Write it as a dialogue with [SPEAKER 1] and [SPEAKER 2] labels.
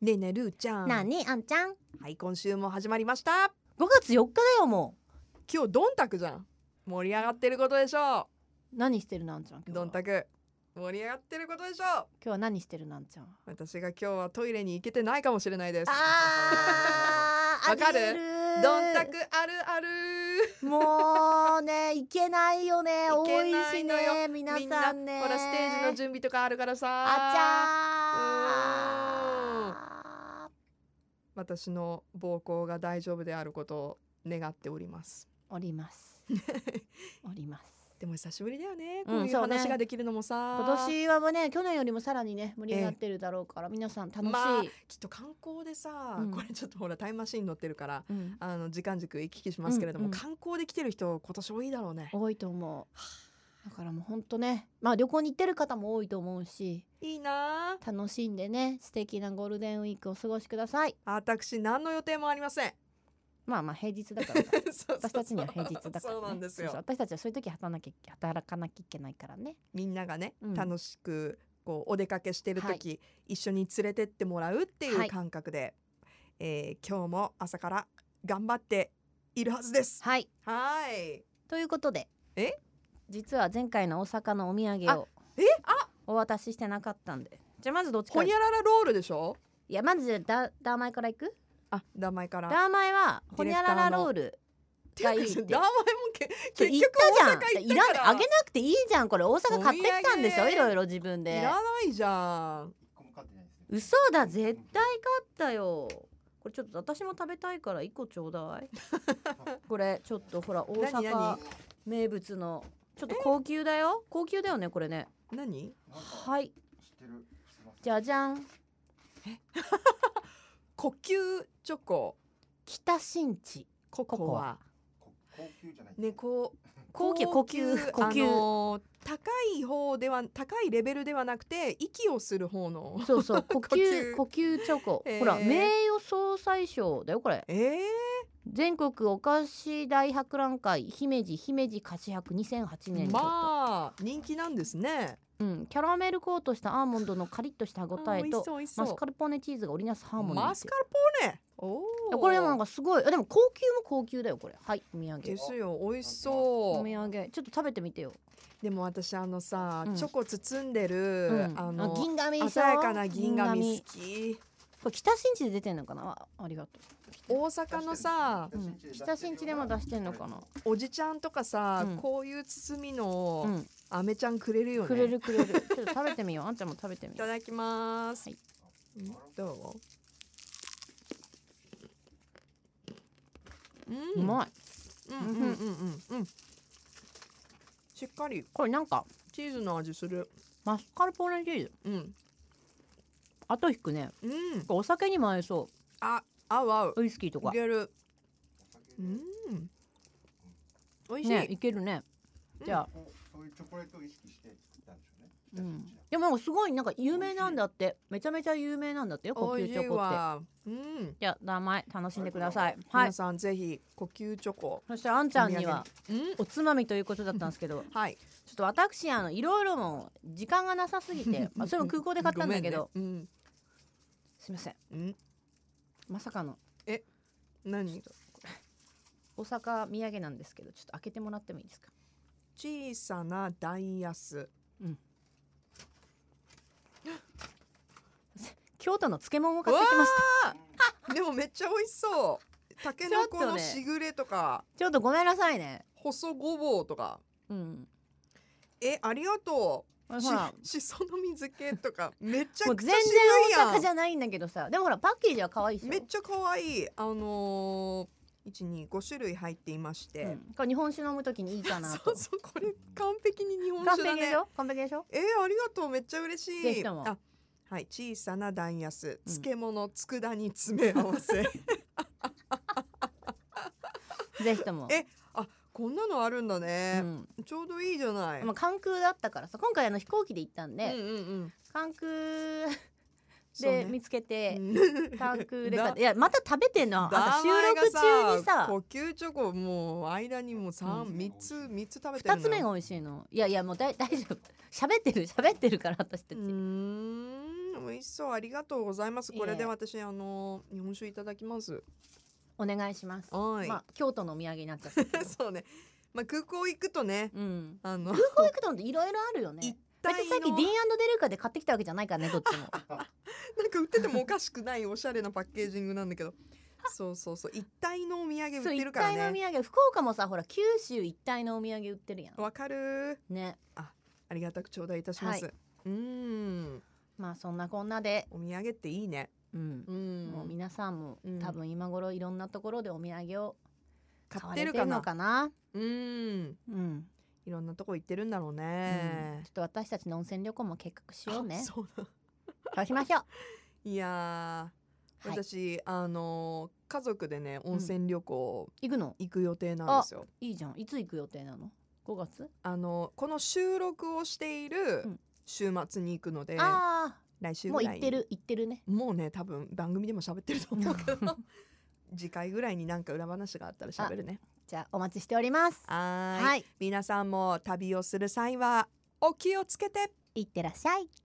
[SPEAKER 1] ねえねえるーちゃん
[SPEAKER 2] なあねあんちゃん
[SPEAKER 1] はい今週も始まりました
[SPEAKER 2] 5月4日だよも
[SPEAKER 1] 今日どんたくじゃん盛り上がってることでしょ
[SPEAKER 2] う何してるなんちゃん
[SPEAKER 1] う
[SPEAKER 2] 今日
[SPEAKER 1] ど
[SPEAKER 2] は
[SPEAKER 1] んたく盛り上がってることでしょ
[SPEAKER 2] 今日は何してるなんちゃん
[SPEAKER 1] う私が今日はトイレに行けてないかもしれないです
[SPEAKER 2] あー
[SPEAKER 1] わかる
[SPEAKER 2] ありえる
[SPEAKER 1] どんたくあるある
[SPEAKER 2] もうねいけないよね
[SPEAKER 1] いけ
[SPEAKER 2] 多い
[SPEAKER 1] ない
[SPEAKER 2] し
[SPEAKER 1] のよ
[SPEAKER 2] ね皆さんね
[SPEAKER 1] ほらステージの準備とかあるからさ
[SPEAKER 2] あちゃー
[SPEAKER 1] 私の膀胱が大丈夫であることを願っております
[SPEAKER 2] おり ますおります
[SPEAKER 1] でも久しぶりだよね
[SPEAKER 2] うん
[SPEAKER 1] こういう
[SPEAKER 2] そうね
[SPEAKER 1] 話ができるのもさ、
[SPEAKER 2] 今年はね去年よりもさらにね盛り上がってるだろうから皆さん楽しい、
[SPEAKER 1] まあきっと観光でさ、
[SPEAKER 2] うん
[SPEAKER 1] これちょっとほらタイムマシン乗ってるから
[SPEAKER 2] うん
[SPEAKER 1] あの時間軸行き来しますけれども、
[SPEAKER 2] うんうん
[SPEAKER 1] 観光で来てる人今年多いだろうね
[SPEAKER 2] 多いと思うだからもうほんとねまあ旅行に行ってる方も多いと思うし
[SPEAKER 1] いいなあ
[SPEAKER 2] 楽しんでね素敵なゴールデンウィークをお過ごしください
[SPEAKER 1] 私何の予定もありません
[SPEAKER 2] まあまあ平日だからさ
[SPEAKER 1] そうそうそう
[SPEAKER 2] 私たちには平日だから、ね、
[SPEAKER 1] そうなんですよ
[SPEAKER 2] そうそう私たちはそういう時働かなきゃ働かなきゃいけないからね
[SPEAKER 1] みんながね、
[SPEAKER 2] うん
[SPEAKER 1] 楽しくこうお出かけしてる時、一緒に連れてってもらうってい
[SPEAKER 2] は
[SPEAKER 1] う
[SPEAKER 2] い
[SPEAKER 1] 感覚で、えー今日も朝から頑張っているはずです。
[SPEAKER 2] はい
[SPEAKER 1] はーい。
[SPEAKER 2] ということで
[SPEAKER 1] え
[SPEAKER 2] 実は前回の大阪のお土産を
[SPEAKER 1] えあ
[SPEAKER 2] お渡ししてなかったんでじゃあまずどっちか
[SPEAKER 1] ほ
[SPEAKER 2] ら
[SPEAKER 1] にゃららロールでしょ
[SPEAKER 2] いやまずダダーマイからいく
[SPEAKER 1] あ名前から。
[SPEAKER 2] ダーマイはほにゃららロール
[SPEAKER 1] て
[SPEAKER 2] がい
[SPEAKER 1] いう
[SPEAKER 2] い
[SPEAKER 1] か
[SPEAKER 2] っ て
[SPEAKER 1] 名前もけ
[SPEAKER 2] そう
[SPEAKER 1] 結
[SPEAKER 2] 言っ
[SPEAKER 1] 局大阪
[SPEAKER 2] たじゃん
[SPEAKER 1] 行
[SPEAKER 2] い
[SPEAKER 1] った
[SPEAKER 2] ら
[SPEAKER 1] から
[SPEAKER 2] んあげなくていいじゃんこれ大阪買ってきたんでし
[SPEAKER 1] お
[SPEAKER 2] ょ
[SPEAKER 1] 土産
[SPEAKER 2] いろいろ自分
[SPEAKER 1] い
[SPEAKER 2] で
[SPEAKER 1] らないじゃん。
[SPEAKER 3] 一個も買ってないですね。
[SPEAKER 2] 嘘だ絶対買ったよこれちょっと私も食べたいから一個ちょうだい これちょっとほら大
[SPEAKER 1] 何
[SPEAKER 2] 阪
[SPEAKER 1] 何
[SPEAKER 2] 名物のちょっと高級だよ高級だよねこれね
[SPEAKER 1] 何？
[SPEAKER 3] なんか
[SPEAKER 2] はい
[SPEAKER 3] 知ってる。すいません
[SPEAKER 2] じゃじゃん
[SPEAKER 1] 呼吸チョコ
[SPEAKER 2] 北新地
[SPEAKER 1] ココア。
[SPEAKER 3] こ高級じゃない。
[SPEAKER 1] ねこう
[SPEAKER 2] 高級呼吸呼
[SPEAKER 1] あ
[SPEAKER 2] 吸、
[SPEAKER 1] のー高い方では高いレベルではなくて息をする方の。
[SPEAKER 2] そう そう呼吸
[SPEAKER 1] 呼
[SPEAKER 2] 呼吸チョコ、
[SPEAKER 1] えー
[SPEAKER 2] ほら名誉総裁賞だよこれ
[SPEAKER 1] えー、
[SPEAKER 2] 全国お菓子大博覧会姫路姫路菓子博2008年に取った、
[SPEAKER 1] まあ人気なんですね。
[SPEAKER 2] うん、キャラメルコートしたアーモンドのカリッとした歯ごたえ
[SPEAKER 1] 美味
[SPEAKER 2] と
[SPEAKER 1] しそう美味しそ
[SPEAKER 2] マ
[SPEAKER 1] う。
[SPEAKER 2] スカルポーネチーズが織りなすハーモニー
[SPEAKER 1] マ
[SPEAKER 2] です
[SPEAKER 1] ス
[SPEAKER 2] よ
[SPEAKER 1] カルポーネ。おお。
[SPEAKER 2] これでもなんかすごいあでも高級も高級だよこれはいお土産
[SPEAKER 1] ですよ美味しそ
[SPEAKER 2] お土
[SPEAKER 1] う。
[SPEAKER 2] 産ちょっと食べてみてよ、
[SPEAKER 1] でも私あのさ、
[SPEAKER 2] うん
[SPEAKER 1] チョコ包んでる、
[SPEAKER 2] うん
[SPEAKER 1] あ
[SPEAKER 2] あ
[SPEAKER 1] の
[SPEAKER 2] 銀紙でしょ
[SPEAKER 1] 鮮やかな銀紙
[SPEAKER 2] 銀
[SPEAKER 1] 好き。
[SPEAKER 2] これ北新地で出てんのかなあありがと
[SPEAKER 1] 大阪のさ
[SPEAKER 2] う、うん、北新地でも出してんのかな、
[SPEAKER 1] おじちゃんとかさ、
[SPEAKER 2] うん
[SPEAKER 1] こういう包み
[SPEAKER 2] う
[SPEAKER 1] の
[SPEAKER 2] ん、
[SPEAKER 1] アメちゃんくれるよね。
[SPEAKER 2] くれるくれるちょっと食べてみようあんちゃんも食べてみ
[SPEAKER 1] い
[SPEAKER 2] よ
[SPEAKER 1] た
[SPEAKER 2] う
[SPEAKER 1] だきます。
[SPEAKER 2] はい
[SPEAKER 1] うんどう？う、
[SPEAKER 2] うんまい
[SPEAKER 1] うんうんうんうんうん。しっかり
[SPEAKER 2] これなんか
[SPEAKER 1] チーズの味する。
[SPEAKER 2] マスカルポーネチーズ
[SPEAKER 1] うん
[SPEAKER 2] 後引くね
[SPEAKER 1] うん。
[SPEAKER 2] お酒にも合いそ
[SPEAKER 1] あ合う合う
[SPEAKER 2] う。ウイスキーと
[SPEAKER 1] い
[SPEAKER 2] か
[SPEAKER 1] ける。う
[SPEAKER 3] うん。
[SPEAKER 1] ん。美味しい。
[SPEAKER 2] ねいけるねじゃあ、
[SPEAKER 3] こうそういうチョコレートを意識して作ったんでしょう
[SPEAKER 2] う
[SPEAKER 3] ね。
[SPEAKER 2] ん
[SPEAKER 3] 北新地だ、
[SPEAKER 2] でもなんかすごいなんか有名なんだってめちゃめちゃ有名なんだってよ呼
[SPEAKER 1] 美
[SPEAKER 2] 吸
[SPEAKER 1] 味しい
[SPEAKER 2] チョコって
[SPEAKER 1] わ。うん。
[SPEAKER 2] じゃあ名前楽しんでくださいは
[SPEAKER 1] 皆
[SPEAKER 2] い
[SPEAKER 1] さんぜひ呼吸チョコ。
[SPEAKER 2] そしてあんちゃんには
[SPEAKER 1] うん。
[SPEAKER 2] おつまみということだったんですけど
[SPEAKER 1] はい。
[SPEAKER 2] ちょっと私あのいろいろもう時間がなさすぎ てまあそれも空港で買ったんだけど、
[SPEAKER 1] ごめんね
[SPEAKER 2] すいません
[SPEAKER 1] うん。うん。
[SPEAKER 2] まさかの
[SPEAKER 1] 何？
[SPEAKER 2] 大阪土産なんですけどちょっと開けてもらってもいいですか
[SPEAKER 1] 小さなダイヤス。
[SPEAKER 2] 京都の漬物を買ってきました
[SPEAKER 1] でもめっちゃ美味しそう。タケノコ
[SPEAKER 2] ちょっと
[SPEAKER 1] の
[SPEAKER 2] ね
[SPEAKER 1] しぐれとか、
[SPEAKER 2] ちょっとごめんなさいね
[SPEAKER 1] 細ごぼうとか。
[SPEAKER 2] うん
[SPEAKER 1] え、ありがとう。
[SPEAKER 2] ほ
[SPEAKER 1] し
[SPEAKER 2] ら、
[SPEAKER 1] しその水系とか、めち
[SPEAKER 2] も
[SPEAKER 1] ゃ
[SPEAKER 2] う
[SPEAKER 1] くちゃ
[SPEAKER 2] 全然
[SPEAKER 1] 渋いや
[SPEAKER 2] 大阪じ
[SPEAKER 1] ん。
[SPEAKER 2] ゃないんだけどさでもほらパッケージは可愛いでしょ
[SPEAKER 1] めっちゃ可愛い。あのー、一二五種類入っていまし
[SPEAKER 2] う
[SPEAKER 1] て
[SPEAKER 2] ん。これ日本酒飲むときにいいかな
[SPEAKER 1] そ
[SPEAKER 2] と
[SPEAKER 1] うそう、これ完璧に日本
[SPEAKER 2] 完
[SPEAKER 1] 酒だ
[SPEAKER 2] 璧でし
[SPEAKER 1] ね。
[SPEAKER 2] ょ完璧でしょ
[SPEAKER 1] えー、ありがとう。めっちゃ嬉しい。
[SPEAKER 2] ぜひとも
[SPEAKER 1] あはい、小さなダイヤス、漬物、佃煮詰め合わ せ。
[SPEAKER 2] ぜひとも
[SPEAKER 1] えこんなのあるんだ
[SPEAKER 2] う
[SPEAKER 1] ね。
[SPEAKER 2] ん
[SPEAKER 1] ちょうどいいじゃない。
[SPEAKER 2] まあ関空だったからさ今回あの飛行機で行ったんで、
[SPEAKER 1] うんうんうん。
[SPEAKER 2] 関空
[SPEAKER 1] そうね
[SPEAKER 2] で見つけて、
[SPEAKER 1] うん
[SPEAKER 2] 関空 で
[SPEAKER 1] だ
[SPEAKER 2] 買っていやまた食べてんのあんた
[SPEAKER 1] ダ
[SPEAKER 2] 収
[SPEAKER 1] ーマイが
[SPEAKER 2] 録中に
[SPEAKER 1] 呼
[SPEAKER 2] さ
[SPEAKER 1] 吸チョコもう間にもう三、
[SPEAKER 2] う
[SPEAKER 1] 三つ三つ食べてる
[SPEAKER 2] 二つ目が美味しいのいやいやもうだい大丈夫喋ってる喋ってるから私た
[SPEAKER 1] う
[SPEAKER 2] ち、
[SPEAKER 1] ーん美味しそうありがとうございます。
[SPEAKER 2] いえ
[SPEAKER 1] これで私あの日本酒いただきます。
[SPEAKER 2] お願いします。
[SPEAKER 1] はい
[SPEAKER 2] まあ京都のお土産になっちゃったけど。
[SPEAKER 1] そうね。まあ空港行くとね、
[SPEAKER 2] うん。
[SPEAKER 1] あの
[SPEAKER 2] 空港行くといろいろあるよ
[SPEAKER 1] 一
[SPEAKER 2] ね。別
[SPEAKER 1] 体
[SPEAKER 2] にさっきディーン
[SPEAKER 1] の
[SPEAKER 2] デルカで買ってきたわけじゃないか らねどっちも。
[SPEAKER 1] なんか売っててもおかしくないおしゃれなパッケージングなん だけど、そうそうそう一体のお土産売っ
[SPEAKER 2] そう
[SPEAKER 1] て
[SPEAKER 2] 一
[SPEAKER 1] るから
[SPEAKER 2] 体のお
[SPEAKER 1] ね。
[SPEAKER 2] 土産福岡もさほら九州一体のお土産売ってるやん。
[SPEAKER 1] わかるー。
[SPEAKER 2] ね。
[SPEAKER 1] ありがたく頂戴いたします。
[SPEAKER 2] は
[SPEAKER 1] うーん、
[SPEAKER 2] まあそんなこんなで、
[SPEAKER 1] お土産っていいね。
[SPEAKER 2] うん
[SPEAKER 1] う。ん、
[SPEAKER 2] もう皆さんも
[SPEAKER 1] うん
[SPEAKER 2] 多分今頃いろんなところでお土産を買
[SPEAKER 1] 買っ
[SPEAKER 2] わ
[SPEAKER 1] て
[SPEAKER 2] れ
[SPEAKER 1] る
[SPEAKER 2] て
[SPEAKER 1] か
[SPEAKER 2] る
[SPEAKER 1] な。
[SPEAKER 2] のかな。
[SPEAKER 1] うん、
[SPEAKER 2] うん。
[SPEAKER 1] いろんなとこ行ってるんだろう
[SPEAKER 2] うん
[SPEAKER 1] ね
[SPEAKER 2] ちょ。っと私たちの温泉旅行も計画しようね
[SPEAKER 1] あ。 そうだ。
[SPEAKER 2] そうしましょう。
[SPEAKER 1] いやー、
[SPEAKER 2] はい。
[SPEAKER 1] 私あのー家族でね温泉旅行
[SPEAKER 2] 行くの
[SPEAKER 1] 行く予定なんですよ。
[SPEAKER 2] いいじゃん。いつ行く予定なの？5月？
[SPEAKER 1] あのこの収録をしている
[SPEAKER 2] うん
[SPEAKER 1] 週末に行くので、
[SPEAKER 2] あ
[SPEAKER 1] 来週
[SPEAKER 2] あ、も
[SPEAKER 1] ぐ
[SPEAKER 2] う
[SPEAKER 1] らい
[SPEAKER 2] 行
[SPEAKER 1] に
[SPEAKER 2] ってる行ってるね。
[SPEAKER 1] もうね多分番組でも喋ってると思うけ ど次回ぐらいになんか裏話があったら喋るね
[SPEAKER 2] じゃあお待ちしております。
[SPEAKER 1] はーい
[SPEAKER 2] はい。
[SPEAKER 1] 皆さんも旅をする際はお気をつけて
[SPEAKER 2] いってらっしゃい。